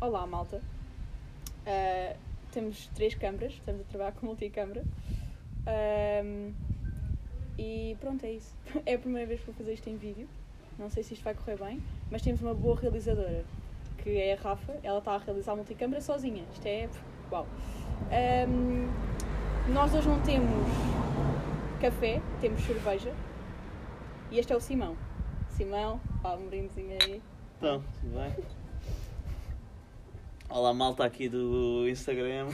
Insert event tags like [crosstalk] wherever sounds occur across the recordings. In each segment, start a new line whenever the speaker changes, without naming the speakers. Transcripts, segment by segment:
Olá, malta. Ah, temos três câmaras, estamos a trabalhar com multicâmara. Ahm, e pronto, é isso. [laughs] É a primeira vez que vou fazer isto em vídeo. Não sei se isto vai correr bem, mas temos uma boa realizadora, que é a Rafa. Ela está a realizar a multicâmara sozinha. Isto é. Uau! Ahm, nós hoje não temos café, temos cerveja. E este é o Simão. Simão, pá, um brindezinho aí.
Então, tudo bem? Olá, malta aqui do Instagram.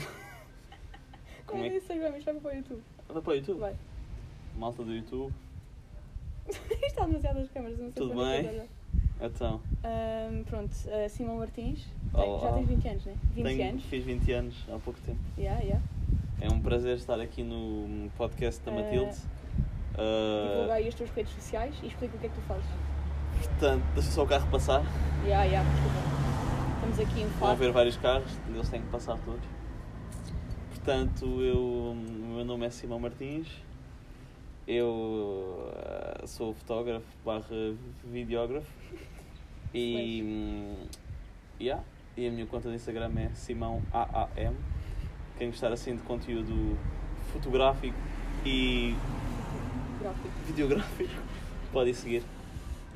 Como
Como
é
é
que isso Isto vai para o YouTube.
Vai para o YouTube?
Vai.
Malta do YouTube.
[laughs] Isto está demasiadas câmaras, não sei
Tudo
para onde é
bem?
que eu olho.
Então,
Ahm, pronto, ah, Simão Martins. Tem-
Olá.
já tens 20 anos, né? 20
tenho-
anos.
fiz 20 anos há pouco tempo.
Yeah, yeah.
É um prazer estar aqui no podcast da
Eh,
Matilde. Ah,
Divulga aí as tuas redes sociais e explica o que é que tu fazes.
portanto, deixa só o carro passar.
Yeah, yeah, desculpa. Estamos aqui em
Vão
Faro.
ver vários carros, eles têm que passar todos. Portanto, eu, o meu nome é Simão Martins, eu ah, sou fotógrafo barra videógrafo e, hum, yeah, e a minha conta de Instagram é SimãoAAM. Quem gostar assim de conteúdo fotográfico e
Gráfico.
videográfico [laughs] pode seguir.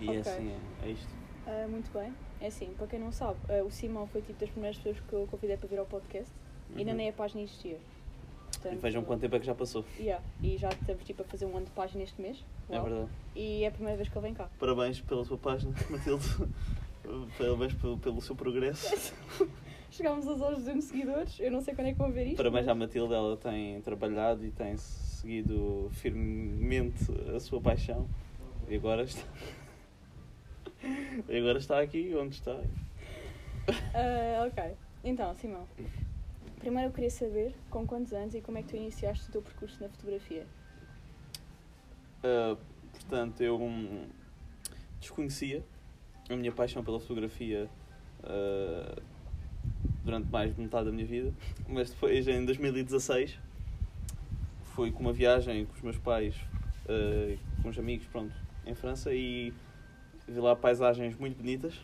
E
Ok.
é assim, é, é isto.
Ah, muito bem. É assim, para quem não sabe, ah, o Simão foi tipo das primeiras pessoas que eu convidei para vir ao podcast. Ainda
Uhum.
nem a página existia.
E
Portanto,
vejam quanto tempo é que já passou.
yeah, E já estamos tipo a fazer um ano de página este mês.
É
Uau.
verdade.
E é a primeira vez que ele vem cá.
Parabéns pela tua página, [laughs] Matilde. Parabéns pelo, pelo seu progresso.
[laughs] Chegámos aos 200 seguidores, eu não sei quando é que vão ver isto.
Parabéns à
mas-
Matilde, ela tem trabalhado e tem seguido firmemente a sua paixão. E agora está. [laughs] E agora está aqui onde está.
Ah, ok, então, Simão. Primeiro eu queria saber com quantos anos e como é que tu iniciaste o teu percurso na fotografia.
Ah, portanto, eu hum, desconhecia a minha paixão pela fotografia ah, durante mais de metade da minha vida, mas depois, em 2016, fui com uma viagem com os meus pais, ah, com os amigos, pronto, em França e vi lá paisagens muito bonitas.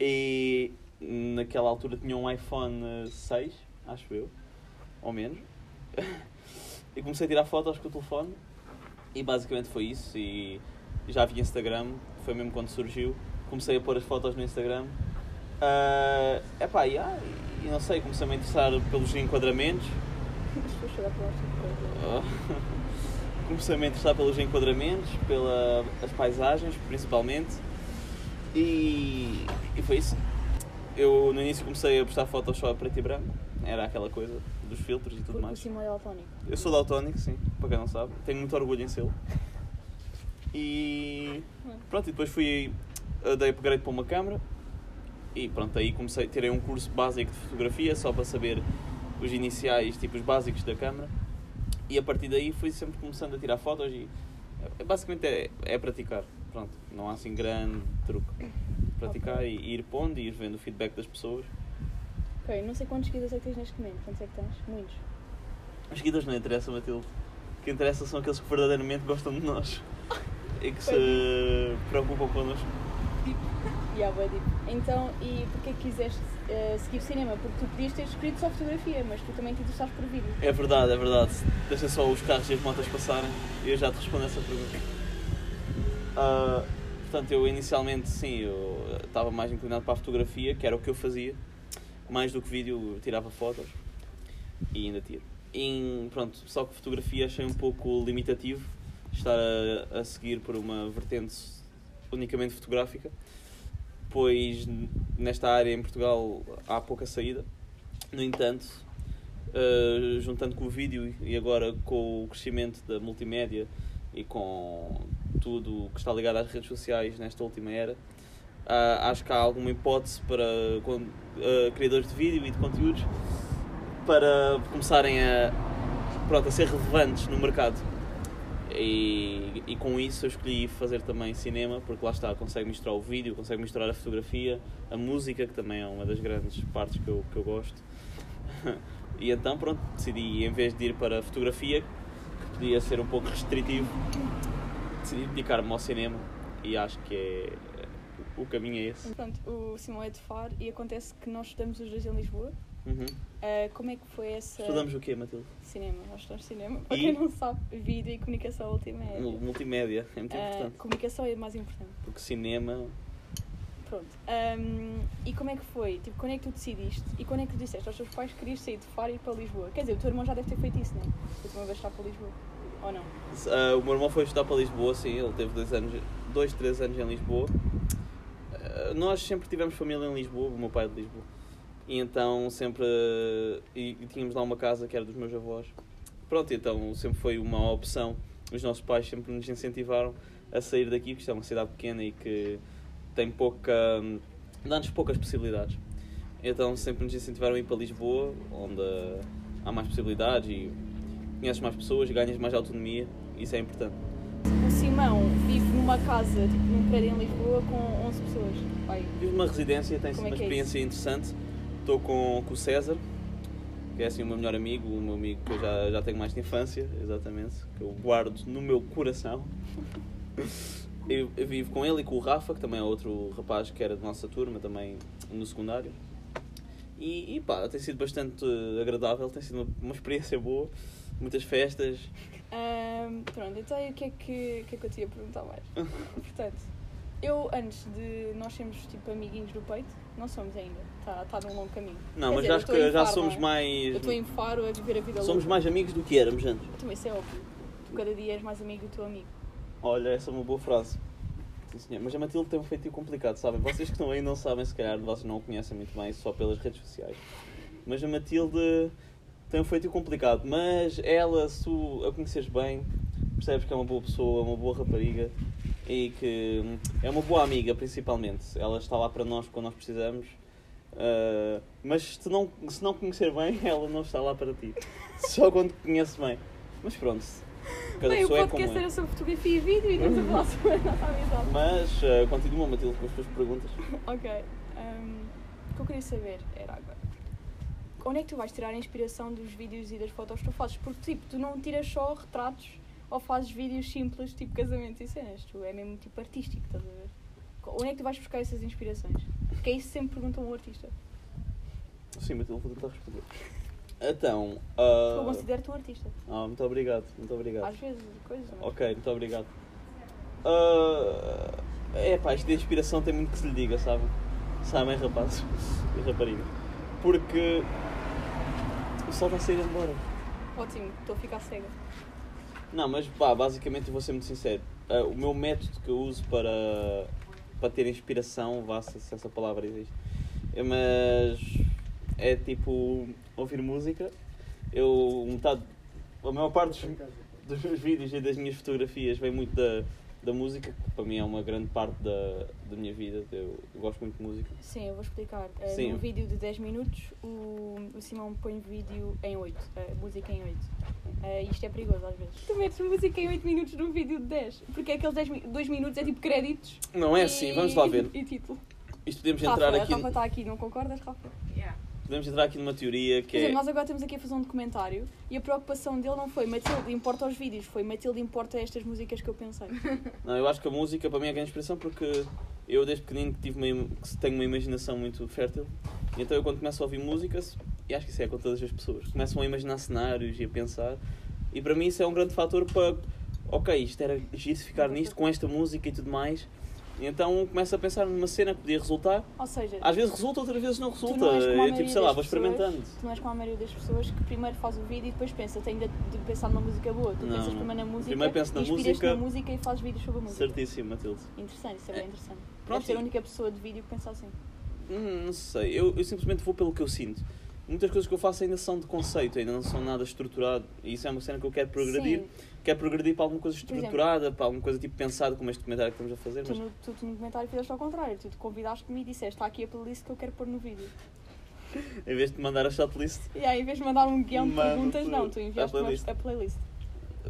E naquela altura tinha um iPhone 6, acho eu, ou menos. [laughs] E comecei a tirar fotos com o telefone e basicamente foi isso. E já havia Instagram, foi mesmo quando surgiu. Comecei a pôr as fotos no Instagram. é epá, yeah, e não sei, comecei a me interessar pelos enquadramentos. [laughs]
As pessoas choram por esta coisa.
Ah, comecei a me interessar pelos enquadramentos, pelas paisagens principalmente. E, e foi isso. Eu no início comecei a postar fotos só a preto e branco, era aquela coisa dos filtros e tudo
Porque o
mais.
Simão é daltónico.
Eu sou daltónico, sim, para quem não sabe. Tenho muito orgulho em ser. E pronto, e depois fui, eh, dei upgrade para uma câmera e pronto, aí comecei, tirei um curso básico de fotografia só para saber os iniciais, tipo os básicos da câmera. E a partir daí fui sempre começando a tirar fotos e eh, basicamente é, é praticar. Pronto, não há assim grande truque. Praticar e, e ir pondo e ir vendo o feedback das pessoas.
Ok, não sei quantos seguidores é que tens neste momento. Quantos é que tens? Muitos.
Os seguidores não interessam, Matilde. O que interessa são aqueles que verdadeiramente gostam de nós e que se preocupam connosco.
Yeah, bué deep. Então, e porquê que quiseste eh, seguir cinema? Porque tu podias ter escrito só fotografia, mas tu também te interessaste por vídeo.
É verdade, é verdade. Deixa só os carros e as motas passarem e eu já te respondo essa pergunta. Ah, portanto, eu inicialmente, sim, eu eh, estava mais inclinado para a fotografia, que era o que eu fazia. Mais do que vídeo, eu tirava fotos e ainda tiro. E, pronto, só que fotografia achei um pouco limitativo estar a, a seguir por uma vertente unicamente fotográfica, pois n- nesta área em Portugal há pouca saída. No entanto, Uh, juntando com o vídeo e agora com o crescimento da multimédia e com tudo o que está ligado às redes sociais nesta última era, ah, acho que há alguma hipótese para con- ah, criadores de vídeo e de conteúdos para começarem a, pronto, a ser relevantes no mercado. E, e com isso eu escolhi fazer também cinema, porque lá está, consegue misturar o vídeo, consegue misturar a fotografia, a música, que também é uma das grandes partes que eu, que eu gosto. [laughs] E então, pronto, decidi, em vez de ir para a fotografia, que podia ser um pouco restritivo, decidi dedicar-me ao cinema. E acho que é, o caminho é esse.
Pronto, o Simão é de Faro e acontece que nós estudamos os dois em Lisboa.
Uhum.
Ah, como é que foi essa.
Estudamos o quê, Matilde?
Cinema, nós estudamos cinema. Para
E?
quem não sabe, vídeo e comunicação multimédia.
Mul- Multimédia, é muito
Ah,
importante.
comunicação é mais importante.
Porque cinema.
Pronto. Ahm, e como é que foi? Tipo, quando é que tu decidiste? E quando é que tu disseste aos teus pais que querias sair de Faro e ir para Lisboa? Quer dizer, o teu irmão já deve ter feito isso, não é? O teu irmão vai estar para Lisboa. Ou não?
Ah, o meu irmão foi estudar para Lisboa, sim, ele teve dois anos, dois, três anos em Lisboa. Ah, nós sempre tivemos família em Lisboa, o meu pai é de Lisboa. E então sempre. ah, e, e tínhamos lá uma casa que era dos meus avós. Pronto, então sempre foi uma opção. Os nossos pais sempre nos incentivaram a sair daqui, porque isto é uma cidade pequena e que tem pouca. hum, dá-nos poucas possibilidades. Então sempre nos incentivaram a ir para Lisboa, onde ah, há mais possibilidades e conheces mais pessoas, ganhas mais autonomia, isso é importante.
O Simão vive numa casa, tipo, num prédio em Lisboa com 11 pessoas. Pai,
Vivo numa residência, tem sido
Como é
uma
que é
experiência interessante. Estou com, com o César, que é assim o meu melhor amigo, o meu amigo que eu já, já tenho mais de infância, exatamente, que eu guardo no meu coração. Eu, eu vivo com ele e com o Rafa, que também é outro rapaz que era da nossa turma, também no secundário. E, e pá, tem sido bastante agradável, tem sido uma, uma experiência boa, muitas
[laughs]
festas.
Ahm, pronto, então e o que é que, o que é que eu te ia perguntar mais? Portanto, eu antes de nós sermos tipo amiguinhos do peito, não somos ainda, está tá num longo caminho.
Não,
Quer
mas
dizer,
já
eu
acho
estou em Faro,
que já somos
não é? Eu
mais.
estou em faro a viver a vida
Somos
louca.
mais amigos do que éramos antes.
Também isso é óbvio. Tu cada dia és mais amigo do teu amigo.
Olha, essa é uma boa frase. Sim, senhor. Mas a Matilde tem um feitio complicado, sabem? Vocês que estão aí não sabem, se calhar vocês não a conhecem muito bem, só pelas redes sociais. Mas a Matilde tem um feitio complicado. Mas ela, se tu a conheces bem, percebes que é uma boa pessoa, uma boa rapariga e que hum, é uma boa amiga, principalmente. Ela está lá para nós quando nós precisamos. Ah, mas se não, se não conhecer bem, [laughs] ela não está lá para ti. Só quando te conhece bem. Mas pronto, cada
Bem, o
pessoa é como
podcast
é.
era sobre fotografia e vídeo e estamos a falar sobre a nossa amizade.
Mas eh, continua, Matilde, com as tuas perguntas.
[laughs] Ok. ahm, o que eu queria saber era agora. Onde é que tu vais tirar a inspiração dos vídeos e das fotos que tu fazes? Porque, tipo, tu não tiras só retratos ou fazes vídeos simples, tipo casamentos e cenas. Tu é mesmo, tipo, artístico, estás a ver? Co- Onde é que tu vais buscar essas inspirações? Porque é isso que sempre perguntam um artista.
Sim, Matilde, vou tentar responder. Então. ah,
Porque Eu considero-te um artista.
ah, muito obrigado, muito obrigado.
Às vezes, coisas, não é?
Ok, muito obrigado. Ah, é pá, isto de inspiração tem muito que se lhe diga, sabem? Sabem, rapazes [laughs] e rapariga. Porque. O sol está a sair embora.
Ótimo, estou a ficar cega.
Não, mas pá, basicamente eu vou ser muito sincero. Ah, o meu método que eu uso para, para ter inspiração, vá se, se essa palavra existe, é, mas é tipo ouvir música. Eu metade, a maior parte dos, dos meus vídeos e das minhas fotografias vem muito da, da música, que para mim é uma grande parte da, da minha vida. Eu, eu gosto muito de música.
Sim, eu vou explicar. Eh,
Sim.
Num vídeo de 10 minutos, o, o Simão põe vídeo em 8, eh, música em 8. Eh, isto é perigoso às vezes. Tu metes música em 8 minutos num vídeo de 10, porque é aqueles 10, 2 minutos é tipo créditos.
Não é
e-
assim, vamos lá ver.
E tipo, título.
Isto podemos
Rafa,
entrar
a
aqui,
Rafa está aqui, não concordas, Rafa?
podemos entrar aqui numa teoria
Por
que é.
exemplo, nós agora estamos aqui a fazer um documentário e a preocupação dele não foi Matilde importa os vídeos, foi Matilde importa estas músicas que eu
[laughs]
pensei.
Não, eu acho que a música para mim é grande inspiração porque eu desde pequenino que tive uma, im- que tenho uma imaginação muito fértil. E Então eu quando começo a ouvir músicas, e acho que isso é com todas as pessoas, começam a imaginar cenários e a pensar. E para mim isso é um grande fator para, ok, isto era giro se ficar nisto com esta música e tudo mais. E então começo a pensar numa cena que podia resultar.
Ou seja,
Às vezes resulta, outras vezes não resulta.
não és como a
é tipo,
maioria
sei lá,
das pessoas.
vou experimentando.
Tu não és como a maioria das pessoas que primeiro faz o vídeo e depois pensa, tenho de, de pensar numa música boa. Tu
Não,
pensas
não.
primeiro na música,
Primeiro penso na
inspiras-te
música.
na música e fazes vídeos sobre a música.
Certíssimo, Matilde.
Interessante, isso é bem interessante.
Pronto,
Deve ser a
e-
única pessoa de vídeo que pensa assim.
Hum, Não sei, eu, eu simplesmente vou pelo que eu sinto. Muitas coisas que eu faço ainda são de conceito, ainda não são nada estruturado. E isso é uma cena que eu quero progredir.
Sim,
Quero progredir para alguma coisa
Por exemplo.
estruturada, para alguma coisa tipo pensada, como este documentário que estamos a fazer.
tu
Mas
no, tu, tu no comentário fizeste ao contrário. Tu te convidaste-me e disseste, está aqui a playlist que eu quero pôr no vídeo.
em vez de mandar a shotlist.
E aí, em vez de mandar um guião de
Mando
perguntas,
tu
não, tu
a
enviaste
playlist.
a, a playlist.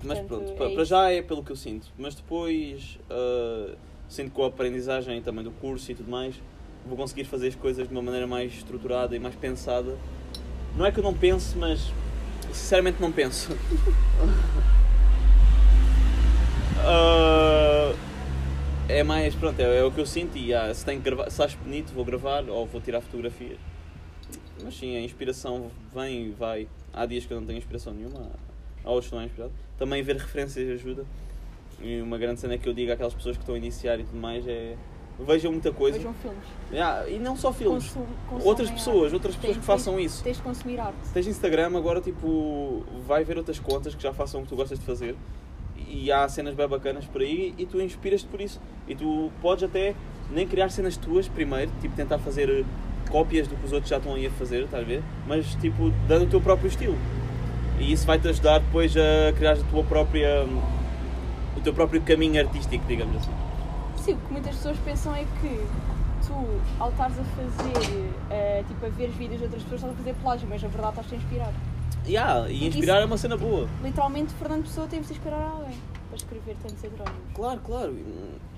Mas
Portanto,
pronto,
é
pa- para,
isso.
já é pelo que eu sinto. Mas depois, ah, sinto que com a aprendizagem também do curso e tudo mais, vou conseguir fazer as coisas de uma maneira mais estruturada e mais pensada. Não é que eu não pense, mas sinceramente não penso. [laughs] Ah, É mais, pronto, é, é o que eu sinto e ah, se, tenho que gravar, se acho bonito vou gravar ou vou tirar fotografias. Mas sim, a inspiração vem e vai. Há dias que eu não tenho inspiração nenhuma, há outros que não é inspirado. Também ver referências ajuda. E uma grande cena é que eu digo àquelas pessoas que estão a iniciar e tudo mais é vejam muita coisa.
Vejam filmes.
Ah, e não só filmes.
Consum- consomem
outras
arte.
pessoas, outras pessoas
Tens-
que façam
tens-
isso.
Tens de consumir arte.
Tens Instagram, agora tipo, vai ver outras contas que já façam o que tu gostas de fazer e há cenas bem bacanas por aí e tu inspiras-te por isso. E tu podes até nem criar cenas tuas primeiro, tipo tentar fazer eh, cópias do que os outros já estão aí a fazer, estás a ver? Mas tipo, dando o teu próprio estilo. E isso vai-te ajudar depois a criar a tua própria. hum, o teu próprio caminho artístico, digamos assim.
Sim, o que muitas pessoas pensam é que tu, ao estares a fazer, eh, tipo, a ver vídeos de outras pessoas, estás a fazer plágio, mas na verdade estás-te a inspirar.
Yeah, e inspirar é uma cena boa.
Literalmente, Fernando Pessoa teve de inspirar alguém para escrever tantos heterónimos.
Claro, claro.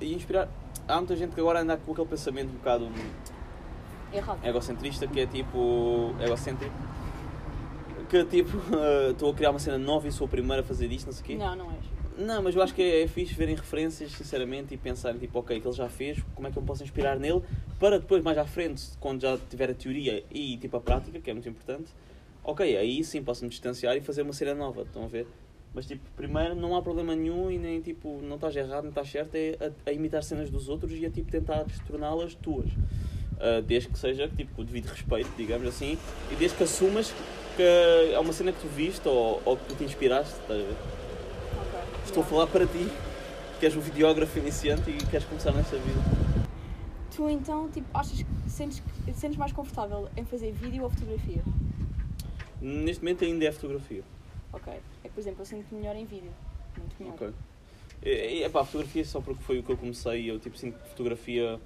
E inspirar. Há muita gente que agora anda com aquele pensamento um bocado
Errado.
egocentrista que é tipo. egocêntrico. Que é tipo, [laughs] eh, estou a criar uma cena nova e sou o primeiro a fazer isto, não sei o quê.
Não, não és.
Não, mas eu acho que é, é fixe verem referências, sinceramente, e pensarem, tipo, ok, o que ele já fez, como é que eu me posso inspirar nele, para depois, mais à frente, quando já tiver a teoria e, tipo, a prática, que é muito importante, ok, aí sim posso me distanciar e fazer uma cena nova, estão a ver? Mas, tipo, primeiro, não há problema nenhum e nem, tipo, não estás errado, não estás certo, é a, a imitar cenas dos outros e a, tipo, tentar torná-las tuas. Ah, desde que seja, tipo, com o devido respeito, digamos assim, e desde que assumas que é uma cena que tu viste ou, ou que tu te inspiraste, estás a ver?
Ok.
Estou a
Yeah.
falar para ti, que és um videógrafo iniciante e queres começar nesta vida.
Tu então, tipo, achas que sentes, que- sentes mais confortável em fazer vídeo ou fotografia?
Neste momento ainda é fotografia.
Ok. É que, por exemplo, eu sinto-me melhor em vídeo. Muito melhor.
Ok. É, é pá, fotografia só porque foi o que eu comecei e eu tipo sinto que fotografia.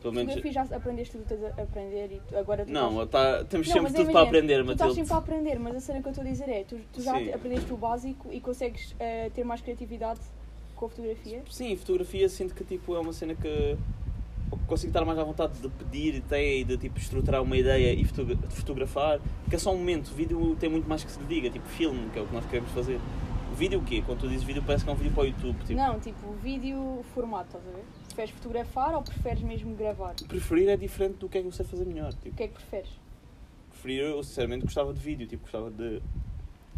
Pelo menos.
Fotografia já aprendeste tudo o que tens a aprender e tu- agora tu
Não,
estás-
tá- temos
Não,
sempre
mas
tudo
imagina,
para aprender,
Tu estás
Matilde.
sempre a aprender, mas a cena que eu estou a dizer é, tu, tu já
Sim.
aprendeste o básico e consegues eh, ter mais criatividade com a fotografia?
Sim, fotografia sinto que tipo é uma cena que consigo estar mais à vontade de pedir até e de tipo estruturar uma ideia e fotogra- de fotografar, porque é só um momento, o vídeo tem muito mais que se lhe diga, tipo filme, que é o que nós queremos fazer. Vídeo o quê? Quando tu dizes vídeo parece que é um vídeo para o YouTube, tipo.
Não, tipo, vídeo, formato, estás a ver? Preferes fotografar ou preferes mesmo gravar?
Preferir é diferente do que é que eu sei fazer melhor.
O
Tipo,
que é que preferes?
preferir, eu sinceramente gostava de vídeo, tipo, gostava de.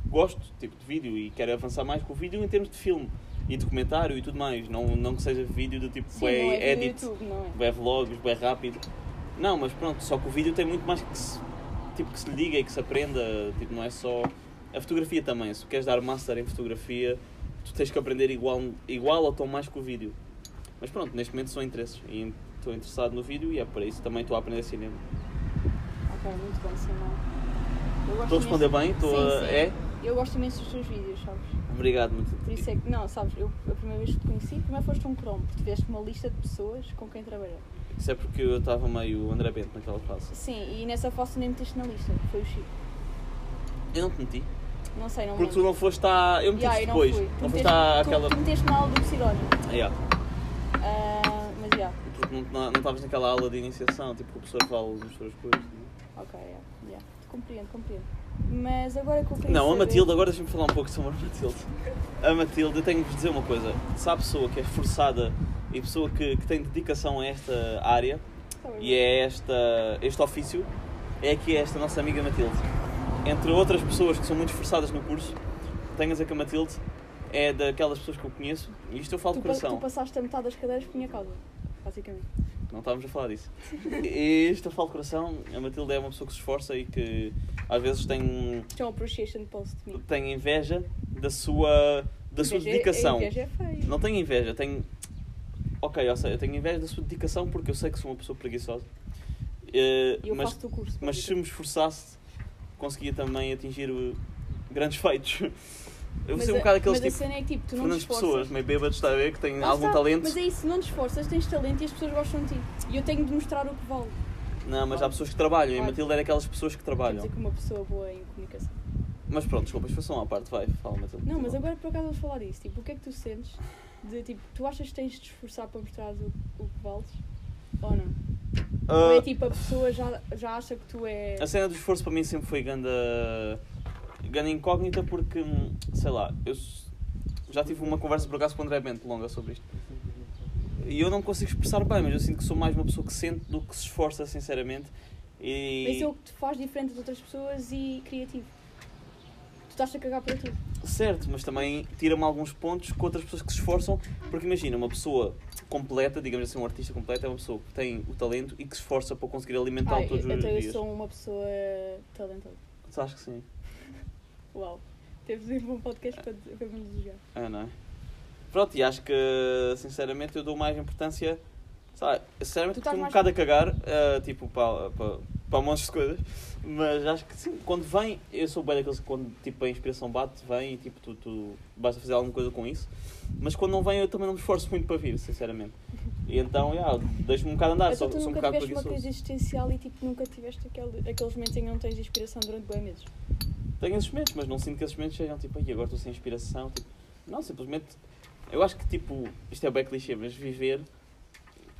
Gosto tipo, de vídeo e quero avançar mais com o vídeo em termos de filme e documentário e tudo mais. Não, não que seja vídeo do tipo
Sim, não
bué
é vídeo
edit,
YouTube, não é?
bué vlogs, bué rápido. Não, mas pronto, só que o vídeo tem muito mais que se, tipo, que se lhe diga e que se aprenda. Tipo, não é só. A fotografia também, se tu queres dar master em fotografia, tu tens que aprender igual, igual ou tão mais que o vídeo. Mas pronto, neste momento são interesses e estou interessado no vídeo e é para isso também estou a aprender cinema.
Ok, muito bem, Simão. Eu gosto
Estou a responder bem? Estou
Sim,
a...
sim.
É?
Eu gosto imenso dos teus vídeos, sabes?
Obrigado, Matilde.
Por isso é que, não, sabes, eu a primeira vez que te conheci, primeiro foste um cromo, porque tiveste uma lista de pessoas com quem trabalhar.
Isso é porque eu estava meio André Bento naquela fase.
Sim, e nessa foto nem meteste na lista, foi o Chico.
Eu não te meti.
Não sei, não me
Porque tu
lembro.
não foste à. Eu meti
é? Yeah, eu não
depois.
fui.
Não,
Tu
foste
meteste-
à
tu-
aquela.
Tu meteste na aula do Psidónio.
Yeah.
Ah, mas já,
Porque não- não não estavas naquela aula de iniciação, tipo que o professor fala dos suas coisas. Não, é?
ok, já, já. Compreendo, compreendo. Mas agora que eu
é?
queria
não a
saber-
Matilde, agora deixa-me falar um pouco sobre a Matilde. A Matilde, eu tenho que vos dizer uma coisa. Se há pessoa que é forçada e pessoa que, que tem dedicação a esta área
Sorry.
e é a esta, este ofício, é que é esta nossa amiga Matilde. Entre outras pessoas que são muito esforçadas no curso, tenho a dizer que a Matilde é daquelas pessoas que eu conheço, e isto eu falo
tu,
de
pa-
coração.
tu passaste a metade das cadeiras por minha causa, basicamente.
Não estávamos a falar disso. E isto eu falo de coração. A Matilde é uma pessoa que se esforça e que às vezes tem,
Isto é um appreciation post de mim.
tem inveja da sua, da sua
Inveja-
dedicação.
a inveja é feia.
Não tenho inveja, tenho. Ok, eu sei, eu tenho inveja da sua dedicação porque eu sei que sou uma pessoa preguiçosa. Eh,
E eu
mas
faço o curso.
mas se me
basicamente.
esforçasse, conseguia também atingir uh, grandes feitos. [laughs] Eu vou
Mas
ser um
a-
bocado aqueles
Mas a
tipo
cena é que tipo, tu não te
Fernandes Pessoas,
esforças.
meio bêbados, está a ver, que têm
Lá
algum
está.
talento.
Mas é isso, não te esforças, tens talento e as pessoas gostam de ti. E eu tenho de mostrar o que vale.
Não, mas há pessoas que trabalham, e a
Olha.
Matilde é daquelas pessoas que
Quer
trabalham.
dizer que uma pessoa boa em comunicação.
Mas pronto, desculpa, isto foi só uma parte, vai, fala Matilde.
Não, mas agora por acaso vamos falar disso. Tipo, o que é que tu sentes? De tipo, tu achas que tens de esforçar para mostrar o, o que vales? Ou não? Ou é
Ah, Assim.
tipo, a pessoa já, já acha que tu é.
A cena do esforço para mim sempre foi ganda, ganda incógnita porque, hum, sei lá, eu s- já tive uma conversa por acaso com o André Bento longa sobre isto. E eu não consigo expressar bem, mas eu sinto que sou mais uma pessoa que sente do que se esforça, sinceramente. E...
Mas Isso é o que te faz diferente das outras pessoas e criativo. Tu estás a cagar para tudo.
Certo, mas também tira-me alguns pontos com outras pessoas que se esforçam, porque imagina, uma pessoa completa, digamos assim, um artista completo, é uma pessoa que tem o talento e que se esforça para conseguir alimentá-lo
Ai,
todos os
então eu
dias.
sou uma pessoa talentosa.
Tu achas que sim?
Uau. Temos aí um podcast para, para me desligar.
Ah, não é? Pronto, e acho que, sinceramente, eu dou mais importância. Sabe, sinceramente,
Tu estás
estou um
mais-
bocado a cagar, ah, tipo, para, para, para um monte de coisas, mas acho que sim, quando vem, eu sou bem daqueles que, quando tipo, a inspiração bate, vem e tipo, tu, tu basta fazer alguma coisa com isso, mas quando não vem, eu também não me esforço muito para vir, sinceramente. E então, yeah, deixo-me um bocado andar, só,
então tu
sou um
nunca
bocado
tiveste uma
preguiçoso.
crise existencial e tipo nunca tiveste aquele, aqueles momentos em que não tens inspiração durante bem meses.
Tenho esses momentos, mas não sinto que esses momentos sejam tipo, ai, agora estou sem inspiração. Tipo, não, simplesmente. Eu acho que, tipo, isto é bem clichê, mas viver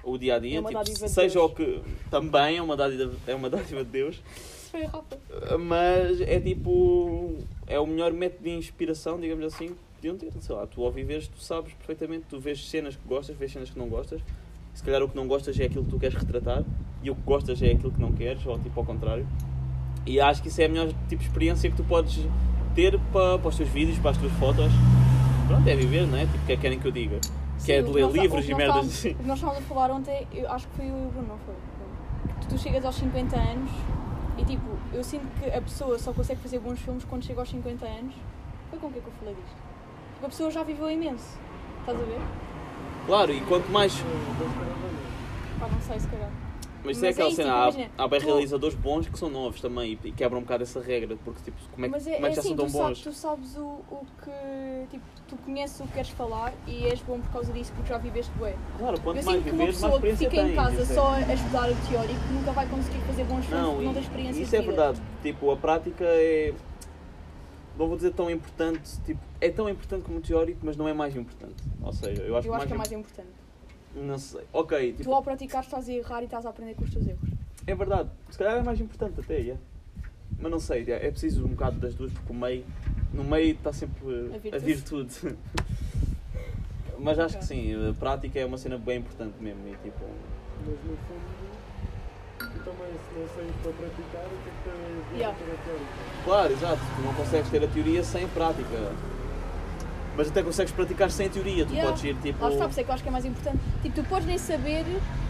o dia a dia,
É uma
tipo,
dádiva de
seja
Deus.
o que. Também é uma dádiva, é uma [laughs] dádiva de Deus,
Isso foi Rafa.
mas é tipo. É o melhor método de inspiração, digamos assim, que podiam ter. Sei lá, tu ao viveres, tu sabes perfeitamente, tu vês cenas que gostas, vês cenas que não gostas. Se calhar o que não gostas é aquilo que tu queres retratar e o que gostas é aquilo que não queres, ou tipo ao contrário. E acho que isso é a melhor tipo de experiência que tu podes ter para, para os teus vídeos, para as tuas fotos. Pronto, é viver, não é? Tipo, o que é que querem que eu diga? Que é de
Sim, o
ler
nós- o
livros
que
e
nós
merdas
estávamos-
assim.
O que nós estávamos a falar ontem, eu acho que foi eu e o Bruno, não foi? Que Tu chegas aos 50 anos e tipo, eu sinto que a pessoa só consegue fazer bons filmes quando chega aos 50 anos. Foi com o que é que eu falei disto? Tipo, a pessoa já viveu imenso. Estás a ver?
Claro, e quanto mais.
Pá, não sei se calhar. Mas
Mas isso é
é
aquela
isso,
cena,
tipo,
há,
imagina,
há bem
tu-
realizadores bons que são novos também e, e quebram um bocado essa regra, porque tipo, como é que,
Mas é,
como é que
é
já
assim,
são tão
tu sabes,
bons?
tu sabes o, o que. Tipo, tu conheces o que queres falar e és bom por causa disso porque já viveste bué.
Claro, quanto
eu
mais
sinto que uma
viver, mais
pessoa que
experiência
fica em
tens.
casa
isso é.
só a estudar o teórico nunca vai conseguir fazer bons filmes
Não,
porque
e-
não tem experiência
isso
de
é
vida.
verdade. Tipo, a prática é. Não vou dizer tão importante, tipo, é tão importante como o teórico, mas não é mais importante. Ou seja, eu acho,
eu acho que
que
é
mais
mais importante.
im- Não sei. Ok,
Tu
tipo,
ao praticar estás a errar e estás a aprender com os teus erros.
é verdade. Se calhar é mais importante até, yeah. mas não sei, yeah, é preciso um bocado das duas, porque o meio. No meio está sempre
A
uh,
virtude.
a virtude. [laughs] mas acho que
Ok.
sim, a prática é uma cena bem importante mesmo. E tipo,
Mas no fundo, tu também se não sei para praticar, o que é que também é
Yeah.
para teórica?
Claro, exato. Tu não consegues ter a teoria sem prática. Mas até consegues praticar sem teoria. Tu
Yeah.
podes ir tipo.
Lá está, por isso é que eu acho que é mais importante. Tipo, tu podes nem saber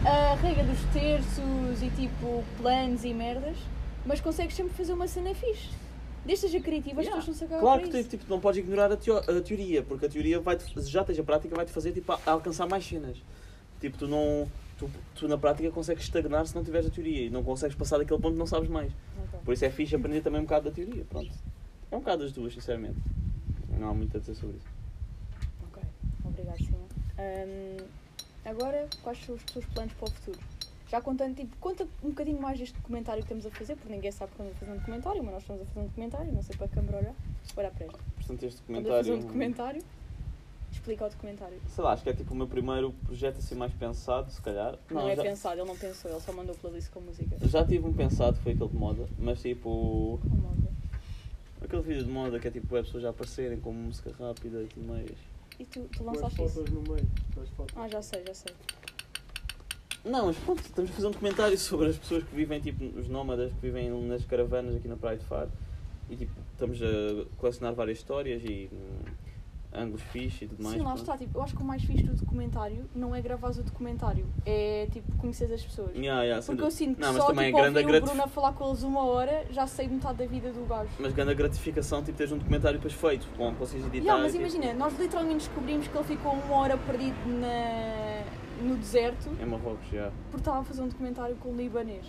a regra dos terços e tipo planos e merdas, mas consegues sempre fazer uma cena fixe. Desde que seja criativa, as
Yeah.
pessoas não se acabam
Claro
para
que
isso.
tu, tipo, não podes ignorar a, teo- a teoria, porque a teoria vai já tens a prática, vai-te fazer tipo, a- alcançar mais cenas. Tipo, tu não. Tu, tu na prática consegues estagnar se não tiveres a teoria e não consegues passar daquele ponto que não sabes mais.
Ok.
Por isso é fixe aprender também um bocado da teoria. Pronto. É um bocado das duas, sinceramente. Não há muito a dizer sobre isso.
Ok, obrigado, Simão. Hum, agora, quais são os teus planos para o futuro? Já contando, tipo, conta um bocadinho mais deste documentário que estamos a fazer, porque ninguém sabe que estamos a fazer um documentário, mas nós estamos a fazer um documentário, não sei para a câmara olhar. Olha para esta.
Portanto, este
Estamos a fazer
documentário.
um documentário. Explica o documentário.
Sei lá, acho que é tipo o meu primeiro projeto assim mais pensado, se calhar.
Não, é
já-
pensado, ele não pensou, ele só mandou playlist com música.
Já tive um pensado, foi aquele de moda, mas tipo.
Oh, malta.
Aquele vídeo de moda que é tipo as pessoas já aparecerem com música rápida e tudo mais.
E tu, tu
Com as
lançaste isso?
fotos no meio, com as fotos.
Ah, já sei, já sei.
Não, mas pronto, estamos a fazer um documentário [laughs] sobre as pessoas que vivem, tipo, os nómadas que vivem nas caravanas aqui na Praia de Faro. E tipo, estamos a colecionar várias histórias e hum, ângulos fixe e tudo mais.
Sim, lá
pronto.
está, tipo, eu acho que o mais fixe do documentário não é gravares o documentário, é tipo conhecer as pessoas.
Yeah, yeah, sem
Porque eu
dúvida.
sinto que
Não, mas
só
também
tipo,
é grande
ouvir o
gratif-
Bruno a falar com eles uma hora, já sei metade da vida do gajo.
Mas grande gratificação, tipo, teres um documentário depois feito, bom, consegues editar.
Yeah, mas
tipo,
imagina, nós literalmente descobrimos que ele ficou uma hora perdido na... no deserto
Em Marrocos, é já.
porque estava a fazer um documentário com um libanês.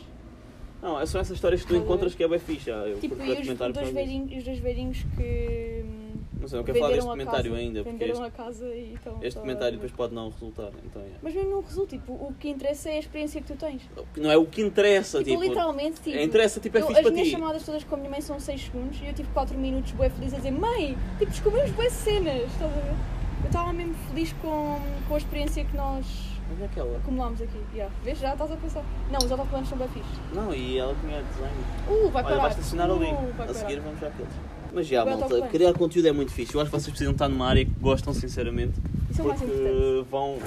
Não, são essas histórias que tu
Valor.
encontras que é bem fixe. já, Eu
Tipo,
curto
e
bué
os
documentários
dois,
por causa disso.
velhinhos, os dois velhinhos que hum,
Não sei, não quero falar deste
a
comentário
casa,
ainda, porque é
venderam
este,
a casa e estão
este
só a-
comentário depois pode não resultar, então é.
Mas mesmo não resulta, tipo, o que interessa é a experiência que tu tens.
Não é o que interessa,
Tipo,
tipo.
literalmente, tipo,
interessa, tipo, é
eu-
fixe
as
para
minhas
ti.
chamadas todas com a minha mãe são 6 segundos e eu tive 4 minutos bué feliz a dizer Mãe, tipo, descobrimos bué cenas, estás a ver? Eu estava mesmo feliz com, com a experiência que nós
Olha é aquela.
acumulámos aqui. Yeah. Vês? Já estás a pensar. Não, os autocolantes são bué fixe.
Não, e ela tinha desenho.
Uh, vai
Olha,
parar.
vais estacionar
uh,
ali.
vai
A
parar.
seguir vamos àqueles. Mas já,
Vai
malta,
autocolante.
criar conteúdo é muito fixe. Eu acho que vocês precisam estar numa área que gostam, sinceramente.
Isso é o mais importante.
Porque vão.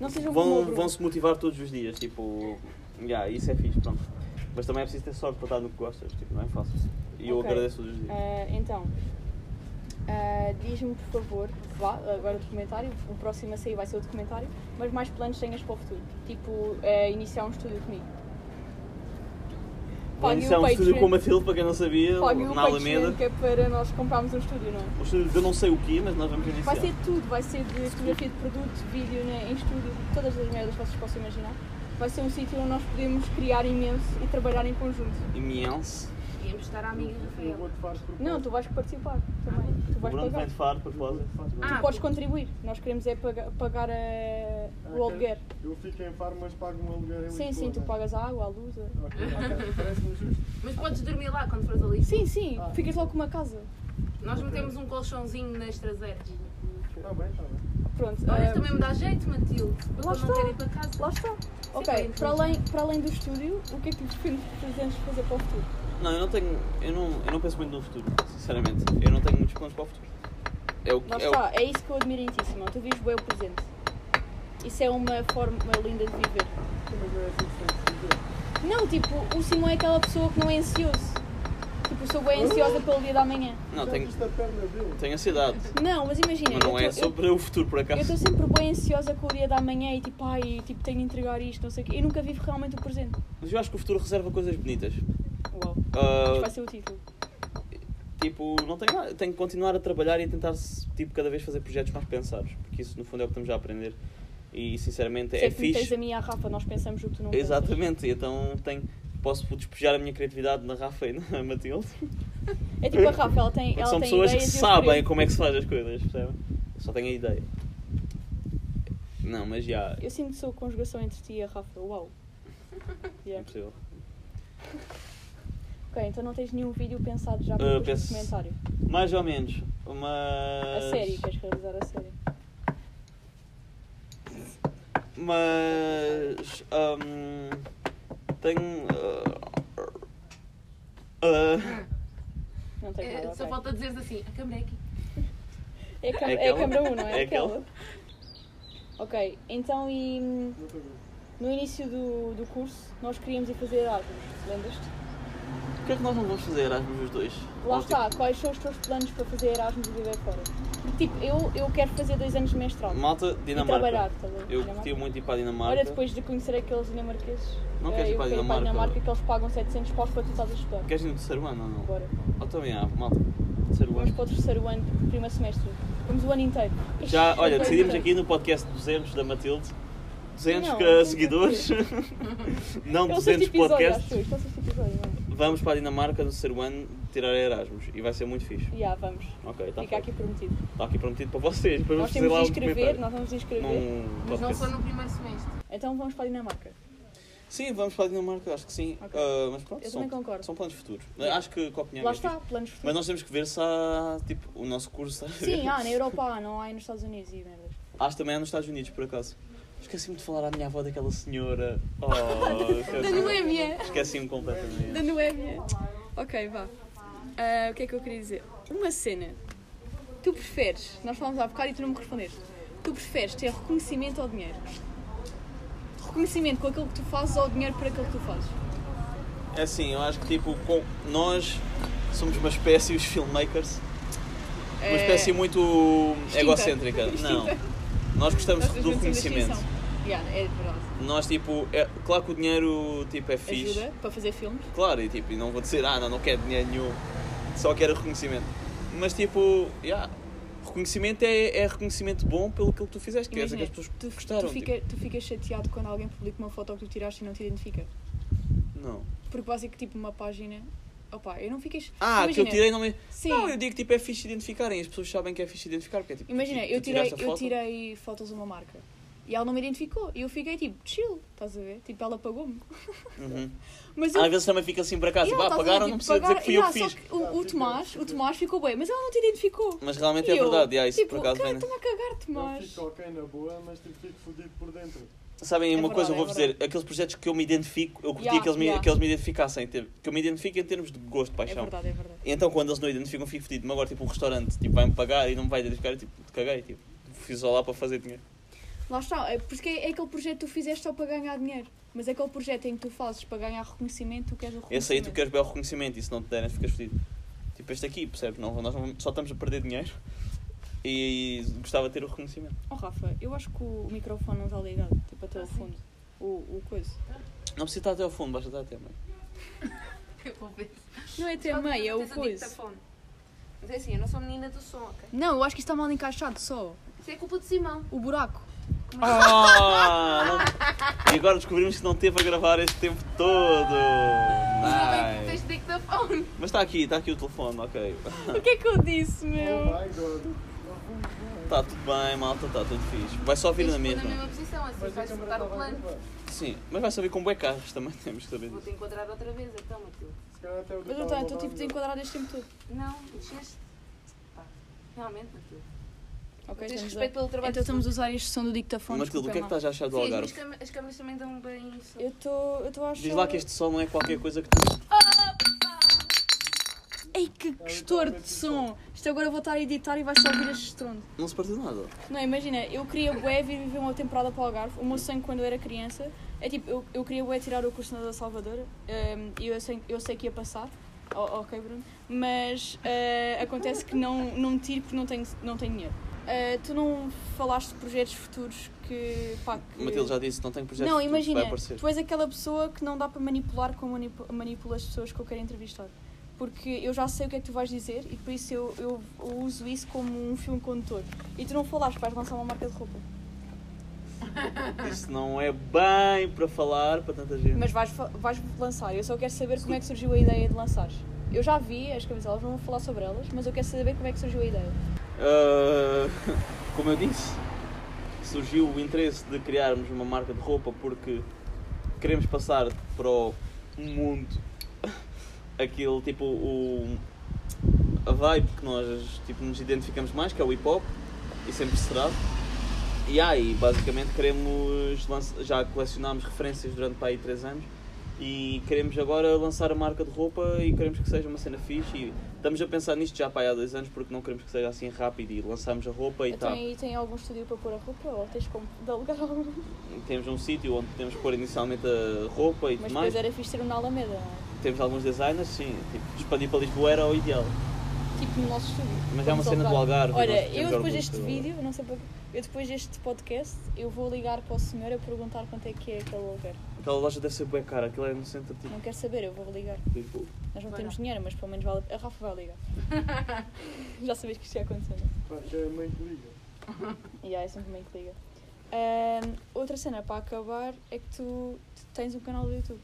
Não sejam como o
vão,
Bruno.
vão se motivar todos os dias, tipo, yeah, isso é fixe, pronto. Mas também é preciso ter sorte para estar no que gostas, tipo, não é fácil. E eu
Ok.
agradeço todos os dias.
Ah, então, ah, diz-me por favor, vá, agora o documentário, o próximo a sair vai ser o documentário, mas mais planos tenhas para o futuro? Tipo, ah, iniciar um estúdio comigo.
Vou
pague o
iniciar um estúdio
Patreon.
com a Matilde, para quem não sabia,
Pague o
na
Patreon
Alameda.
que é para nós comprarmos um estúdio, não é?
Um estúdio de eu não sei o quê, mas nós vamos iniciar.
Vai ser tudo, vai ser de fotografia de produto, vídeo né, em estúdio, todas as merdas que vocês possam imaginar. Vai ser um sítio onde nós podemos criar imenso e trabalhar em conjunto.
Imenso.
Podíamos estar à amiga do
Eu
Rafael.
vou-te fazer propósito.
Não, tu vais participar também. Tu
O
vais
Bruno
pagar.
vem de faro, para
Eu vou-te
closet.
fazer propósito.
Ah,
Podes contribuir. Nós queremos é paga- pagar
Ah,
a o aluguer.
Eu fico em Faro, mas pago um aluguer Ah. em
Sim,
Lisboa,
sim, tu
né?
pagas a água, a luz. eh. a-
Ok, ok, parece-me justo.
Mas podes dormir lá quando fores ali.
Sim, sim,
Ah.
ficas logo com uma casa.
Nós metemos um colchãozinho nas traseiras.
Está bem, está bem.
Pronto.
Olha,
ah,
também me dá jeito, Matilde. Eu
Lá
quando não
está.
quero ir para casa.
Lá
[laughs]
está.
bem,
Ok,
então.
para além, para além do estúdio, o que é que pretende- pretendes fazer para o futuro?
Não, eu não tenho. Eu não, eu não penso muito no futuro, sinceramente. Eu não tenho muitos planos para o futuro. É o que.
Lá
é o-
está, é isso que eu admiro em ti, Simão. Tu vives bem o presente. Isso é uma forma linda de viver.
Mas não é assim que se tem que se viver.
Não, tipo, o Simão é aquela pessoa que não é ansioso. Tipo, eu sou bem ansiosa pelo dia da manhã.
Não,
Já
tenho,
viste a perna dele?
tenho ansiedade.
Não, mas imagina,
Mas não é
eu estou
sobre o futuro, por acaso.
sempre bem ansiosa com o dia da manhã e tipo, ai, tipo, tenho de entregar isto, não sei o quê. Eu nunca vivo realmente o presente.
Mas eu acho que o futuro reserva coisas bonitas.
Uau,
Ah,
isto vai ser o título.
tipo, não tenho nada. Tenho que continuar a trabalhar e tentar, tipo, cada vez fazer projetos mais pensados. Porque isso, no fundo, é o que estamos a aprender. E, sinceramente,
Se
é
é que me tens
fixe.
a mim e à Rafa, nós pensamos o que tu não pensas.
Exatamente. E Então, tenho, posso despejar a minha criatividade na Rafa e na Matilde.
É tipo a Rafa, ela tem.
Porque
ela
são
tem
pessoas que
ideias e eu
sabem
escrevo.
como é que se faz as coisas, percebem? Eu só tenho a ideia. Não, mas já.
Eu sinto que sou a conjugação entre ti e a Rafa. Uau. Yeah.
é Impossível.
Ok, então não tens nenhum vídeo pensado já
Ah,
para depois
penso-
do comentário.
Mais ou menos. Mas.
A série, queres realizar a série?
Mas. hum, tenho. ah, ah,
Não tens
Eh,
nada,
Só
ok.
falta dizeres assim, a câmera é aqui.
É, a câmara- é
É
a
aquela?
câmara 1, não é?
É aquela?
Ok, então e hum,
Não estou a ver.
no início do, do curso nós queríamos ir fazer Erasmus, lembras-te?
o que é que nós não vamos fazer, Erasmus, os dois?
Lá
Ou, tipo,
está, quais são os teus planos para fazer Erasmus e viver fora? Tipo, eu, eu quero fazer dois anos de mestrado
Malta,
e
Dinamarca.
trabalhar, estás a ver?
Eu
Dinamarca.
curti muito ir para a Dinamarca.
Olha, depois de conhecer aqueles dinamarqueses,
Não
eh,
queres ir
eu
para a
quero
Dinamarca? é?
que eles pagam 700 paus para tu estás a estudar.
Queres ir no terceiro ano ou não?
Bora.
Ou também há, malta. Terceiro
Vamos
ano.
para o terceiro ano, primeiro semestre. Vamos o ano inteiro.
Já, olha,
Ok,
decidimos
ok.
aqui um no podcast 200 da Matilde. 200
Não,
que-
não tem
seguidores. [laughs] não
É o sexto episódio,
200
acho eu.
podcasts.
Isto é o sexto episódio, não é?
Vamos para a Dinamarca no terceiro ano tirar Erasmus. E vai ser muito fixe.
Já, vamos.
Ok, está
Fica aqui prometido.
Está aqui prometido para vocês. Depois
nós
Tá vamos fazer
temos
lá
de
um
inscrever,
documentário.
nós vamos de inscrever.
Num
Mas não
podcast.
só no primeiro semestre. [laughs]
Então vamos para a Dinamarca.
Sim, vamos para a Dinamarca, acho que sim.
Ok.
Ah, mas pronto,
Eu
são,
também concordo.
são planos futuros.
Yeah.
Acho que Copenhague
Lá
é
está,
fixe.
planos futuros.
Mas nós temos que ver se há, tipo, o nosso curso. sabe?
Sim,
[laughs]
há, na Europa há, não há aí nos Estados Unidos e merdas.
Acho que também é nos Estados Unidos, por acaso. Esqueci-me de falar à minha avó daquela senhora.
[laughs]
Oh,
um
Da
esqueci-me
Noémia!
esqueci completamente.
Da Noémia! é Ok, vá. Ah, o que é que eu queria dizer? Uma cena. Tu preferes, nós falámos há bocado e tu não me respondeste. Tu preferes ter reconhecimento ou dinheiro? Reconhecimento com aquilo que tu fazes ou dinheiro por aquilo que tu fazes?
É assim, eu acho que tipo, com- nós somos uma espécie, os filmmakers,
É. Eh,
uma espécie muito
[laughs]
egocêntrica. Não. Nós gostamos
Nós fazemos
do
essa
reconhecimento.
distinção. Yeah, é verdade.
Nós tipo, é, claro que o dinheiro tipo, é fixe.
Ajuda para fazer filmes?
Claro, e tipo, e não vou dizer, ah não, não quero dinheiro nenhum, só quero reconhecimento. Mas tipo, yeah, reconhecimento é, é reconhecimento bom pelo que tu fizeste, quer dizer que as
Imagina,
pessoas
tu,
gostaram. tipo,
tu, fica, tu ficas chateado quando alguém publica uma foto que tu tiraste e não te identifica.
tipo, não.
Porque basicamente, tipo, uma página. Opa, eu não fiquei. ch-
Ah, que eu
Imagina,
tirei não me.
Sim.
Não, eu digo tipo, é fixe identificarem, as pessoas sabem que é fixe identificar, porque é tipo.
Imagina,
tu- tu
eu, tirei,
tiraste a
eu
foto.
tirei fotos de uma marca e ela não me identificou. E eu fiquei tipo, chill, estás a ver? Tipo, ela pagou-me.
Uhum.
Mas eu.
Às vezes também fica assim para casa,
Yeah, estás
yeah,
a ver?
pagaram, não
Tipo,
precisa dizer que fui eu que
Yeah,
fiz.
só que o, o Tomás, o Tomás ficou Ah, bem, mas ela não te identificou.
Mas realmente
E
é
eu,
verdade, yeah, isso
tipo,
por acaso
cara,
vem. né?"
estou a cagar,
Eu
Tomás.
fico ok na boa, mas tipo, fico fodido por dentro.
Sabem,
É
uma coisa eu vou
verdade, é
dizer, aqueles projetos que eu me identifico, eu curti
Yeah,
que, eles me,
yeah.
que eles me identificassem, tipo, que eu me identifico em termos de gosto,
É
paixão.
verdade, é verdade.
E então quando eles não identificam, fico fedido. Mas agora, tipo, um restaurante, tipo, vai-me pagar e não me vai identificar, eu, tipo, caguei, tipo, fiz só lá para fazer dinheiro.
Lá está, é, porque é, é aquele projeto que tu fizeste só para ganhar dinheiro. Mas é aquele projeto em que tu fazes para ganhar reconhecimento, tu queres o reconhecimento.
Esse aí tu queres bem o reconhecimento e se não te derem ficas fodido. Tipo este aqui, percebes? Não, nós não- só estamos a perder dinheiro e gostava de ter o reconhecimento.
Oh, Rafa, eu acho que o microfone não está ligado, tipo até
Ah,
ao
sim.
fundo. O, o coisa.
Não precisa estar até ao fundo, basta estar até meio.
Eu vou ver.
Não é até meio, é o
Tens o
coisa.
dictafone. Mas é assim, eu não sou menina do som, ok?
Não, eu acho que isto está mal encaixado só.
Isso é culpa de Simão.
O buraco.
Ah, não- E agora descobrimos que não teve a gravar este tempo todo.
Ainda bem que
Nice.
Tens dictafone.
Mas está aqui, está aqui o telefone, ok.
O que é que eu disse,
Oh
meu?
my god. Oh my god.
Está tudo bem, malta, está tudo fixe. Vai só vir
Tens
na
de pôr Na
mesma.
mesma posição, assim
Mas a
vais
câmera
soltar
estava
o
a
plano.
gravar.
Sim, mas vai só vir com bué carros também, [laughs] temos que saber
Vou
disso.
te enquadrar outra vez, então, Matilde.
Se calhar até o
Mas então, eu estou tipo desenquadrado este tempo todo.
Não, mexeste. Pá, realmente, Matilde.
Ok,
Tens
estamos a-
respeito pelo trabalho
Então
dos
estamos a usar este som do dictafone.
Matilde, o que é que
desculpem
estás a achar do
Sim, as
Algarve?
câmeras, as câmeras também dão um bem isso.
lá. Eu estou. Eu estou a achar.
Diz lá que este sol não é qualquer coisa que tu.
Ei, que gestor de som! Isto agora eu vou estar a editar e vais só ouvir este estrondo.
Não se partiu nada.
Não, imagina, eu queria bué vir viver uma temporada para o Algarve. O meu sonho quando eu era criança é tipo, eu, eu queria bué tirar o curso na da Salvador hum, e eu sei, eu sei que ia passar. Oh, ok, Bruno. Mas eh, acontece que não, não tiro porque não tenho, não tenho dinheiro. Eh, tu não falaste de projetos futuros que. Pá, que...
Matilde já disse, não tenho projeto
Não,
futuro,
imagina,
vai aparecer.
tu és aquela pessoa que não dá para manipular como manipu- manipula as pessoas que eu quero entrevistar. Porque eu já sei o que é que tu vais dizer e por isso eu, eu, eu uso isso como um filme condutor. E tu não falaste que vais lançar uma marca de roupa.
Isso não é bem para falar para tanta gente.
Mas vais, fa- vais lançar. Eu só quero saber como é que surgiu a ideia de lançar. Eu já vi as camisolas, não vou falar sobre elas, mas eu quero saber como é que surgiu a ideia.
Ah, como eu disse, surgiu o interesse de criarmos uma marca de roupa porque queremos passar para o mundo [laughs] aquele tipo o a vibe que nós tipo, nos identificamos mais, que é o hip hop, e sempre será. E aí, basicamente queremos lança- já colecionámos referências durante para aí 3 anos e queremos agora lançar a marca de roupa e queremos que seja uma cena fixe e estamos a pensar nisto já para aí há dois anos porque não queremos que seja assim rápido e lançamos a roupa e
Então
tal.
aí tem algum estúdio para pôr a roupa ou tens como [laughs] de alugar algum?
Temos um sítio onde podemos pôr inicialmente a roupa e
Mas
tudo
depois
mais.
era fixe ter um na Alameda, não é?
Temos alguns designers, sim, tipo, expandir para Lisboa era o ideal.
Tipo no nosso estúdio.
Mas é uma
Vamos
cena
ao
do Algarve, nós
Olha,
temos
eu
orgulho
depois deste
do Algarve.
vídeo, não sei para eu depois deste podcast, eu vou ligar para o senhor a perguntar quanto é que é aquele lugar.
Aquela loja deve ser bem cara, aquilo é no centro tipo
Não quero saber, eu vou ligar.
de Lisboa.
Nós não
Vai
temos
lá.
dinheiro, mas pelo menos vale... a Rafa vai
[laughs]
ligar. Já sabes que isto ia acontecer, não é?
Acho que é a mãe que liga.
E yeah, é sempre meio que liga. Ahm, outra cena para acabar é que tu, tu tens um canal do YouTube,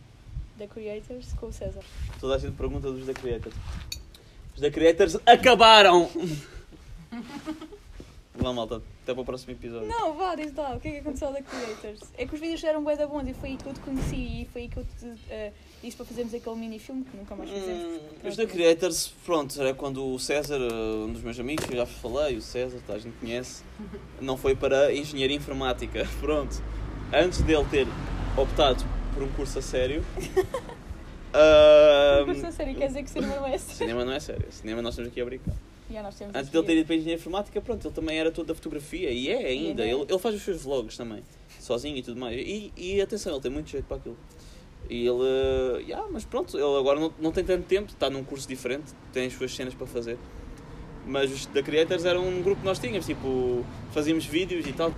da Creators, com o César.
Toda a gente pergunta dos da Creators. Os da Creators
[laughs]
acabaram! Vá malta, até para o próximo episódio.
Não, vá, diz lá, o que é que aconteceu ao da Creators? É que os vídeos eram bué da bons e foi aí que eu te conheci e foi aí que eu te eh, disse para fazermos aquele mini-filme que nunca mais fizemos.
Hum, os da Creators, pronto, era quando o César, eh, um dos meus amigos, que eu já vos falei, o César, toda a gente conhece, não foi para engenharia informática. [laughs] Pronto, antes dele ter optado por um curso
[laughs]
a sério. ahm,
Mas Um a sério, quer dizer que cinema não é sério?
Cinema não é sério, cinema nós estamos aqui a brincar.
Já nós temos
Antes
de
dele ter ido para a engenharia informática, pronto, ele também era todo da fotografia e é ainda.
Ainda é.
Ele, ele faz os seus vlogs também, sozinho e tudo mais. E, e atenção, ele tem muito jeito para aquilo. E ele. eh, yeah, mas pronto, ele agora não, não tem tanto tempo, está num curso diferente, tem as suas cenas para fazer. Mas os da Creators era um grupo que nós tínhamos, tipo, fazíamos vídeos e tal.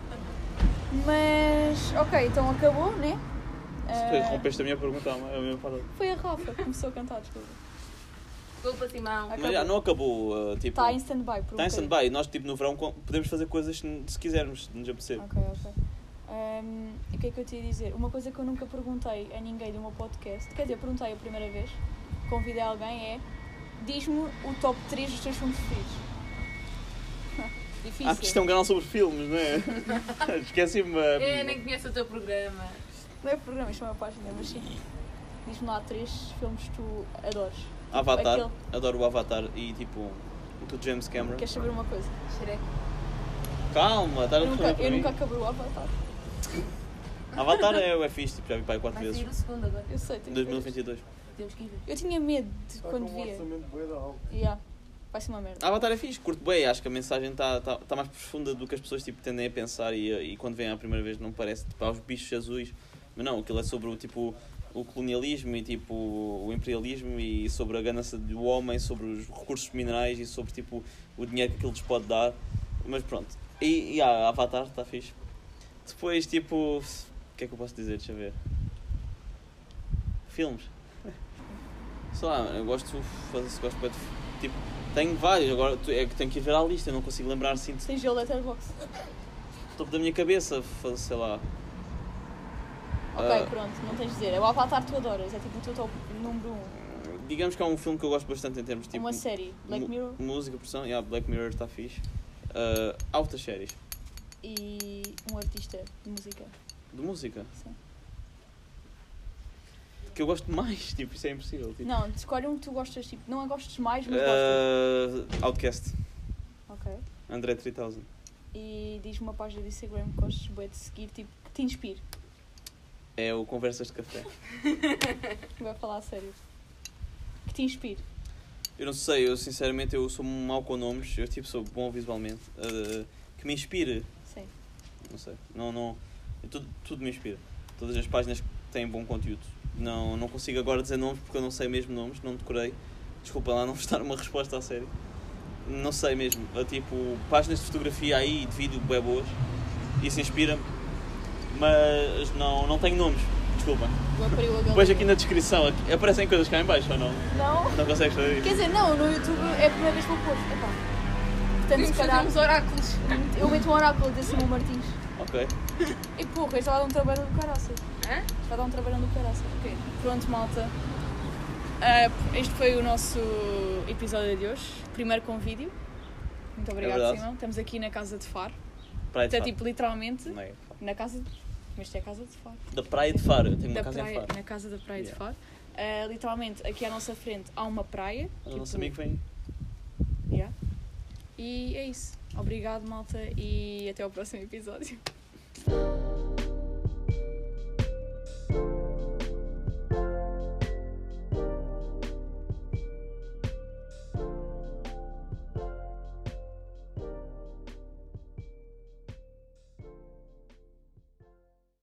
Mas, ok, então acabou, né?
Se tu
Ah,
rompeste a minha pergunta, a minha parada.
foi a Rafa que começou a cantar, desculpa.
Desculpa, Simão.
Acabou.
Mas já, não acabou, eh, tipo.
Está em stand-by por um
Está
bocadinho.
em stand-by. Nós, tipo, no verão com- podemos fazer coisas se se quisermos, se nos apetecer.
Ok, ok. Ahm, e o que é que eu te ia dizer? Uma coisa que eu nunca perguntei a ninguém do meu podcast, quer dizer, perguntei a primeira vez, convidei alguém, é diz-me o top 3 dos teus filmes preferidos. [laughs] Difícil.
Ah, porque isto é um canal sobre filmes, não é? Esqueci-me. hum,
Eu É, nem conheço o teu programa.
Não é programa, isto é uma página, mas sim. Diz-me lá três filmes que tu adores.
Avatar.
Aquele.
Adoro o Avatar e tipo o do James Cameron.
Queres saber uma coisa?
Shrek.
Calma, tá está a
Eu nunca,
responder para
eu
mim.
nunca acabei o Avatar.
Avatar é o fixe, tipo, já vi para aí 4
Vai sair
vezes.
o segundo agora.
Eu sei, tenho que ver.
2022.
Temos que ir ver.
Eu tinha medo de
Está com
quando
um
via.
orçamento bem alto.
Yeah. Vai ser uma merda.
Avatar é fixe, curto bem, acho que a mensagem está tá, tá mais profunda do que as pessoas tipo, tendem a pensar e, e quando vêm à primeira vez não parece tipo, aos bichos azuis, mas não, aquilo é sobre o tipo o colonialismo e tipo o imperialismo e sobre a ganância do homem, sobre os recursos minerais e sobre tipo o dinheiro que aquilo lhes pode dar, mas pronto. E, e a Avatar está fixe. Depois tipo, o que é que eu posso dizer, deixa eu ver. Filmes. [laughs] Sei lá, eu gosto, gosto, gosto bué de Tipo, tenho vários, agora tu- é que tenho que ir ver à lista, eu não consigo lembrar assim do
Tens gelo letterbox.
topo da minha cabeça, fa- sei lá.
Ok,
Ah,
pronto, não tens de dizer. É o Avatar que tu adoras, é tipo o teu top número um.
Digamos que é um filme que eu gosto bastante em termos de tipo.
uma série, Black
mu-
Mirror
Música, produção, yeah, Black Mirror está fixe. Ah, há outras séries
e um artista de música.
de música
Sim.
que eu gosto mais, [laughs] tipo, isso é impossível. Tipo.
Não, escolhe um que tu gostas, tipo, não a gostes mais, mas gostas.
Ah, Outcast, Ah.
Ok.
André 3000.
E diz uma página do Instagram que gostes bué de seguir, tipo, que te inspire.
É o Conversas de Café.
Vai falar a sério. Que te inspire.
Eu não sei, eu sinceramente eu sou mau com nomes, eu tipo sou bom visualmente. Ah, que me inspire,
Sim.
não sei, não, não, eu- tudo, tudo me inspira. Todas as páginas que têm bom conteúdo. Não, não consigo agora dizer nomes porque eu não sei mesmo nomes, não decorei. Desculpa lá não vos [laughs] dar uma resposta a sério. Não sei mesmo. É, tipo, páginas de fotografia aí e de vídeo bem boas. Isso inspira-me. Mas não, não tenho nomes, desculpa.
Vou para eu a
Depois
galera.
aqui na descrição aqui- aparecem coisas cá em baixo ou não?
Não?
Não consegues fazer
Quer
isso?
dizer, não, no YouTube é a primeira vez que vou pôr. Epá. Portanto,
Temos
se
que
calhar,
fazer uns oráculos.
eu meto um oráculo desse meu Martins.
Ok.
E porra, isto vai dar um trabalho do caraças.
Hã?
Isto vai dar um trabalhão do caraças. Pronto, malta. Ah, este foi o nosso episódio de hoje. Primeiro com vídeo. Muito obrigada,
É verdade.
Simão. Estamos aqui na casa de Faro.
Praia de
Então,
Faro.
tipo, literalmente,
Não é Faro.
na casa de... Mas isto é a casa de Faro.
Da Praia de Faro. Eu tenho
Da
uma casa
praia, né?
em Faro.
na casa da praia de
Yeah.
Faro. Ah, literalmente, aqui à nossa frente há uma praia.
O
tipo,
nosso amigo vem.
yeah. E é isso. Obrigado, malta. E até ao próximo episódio.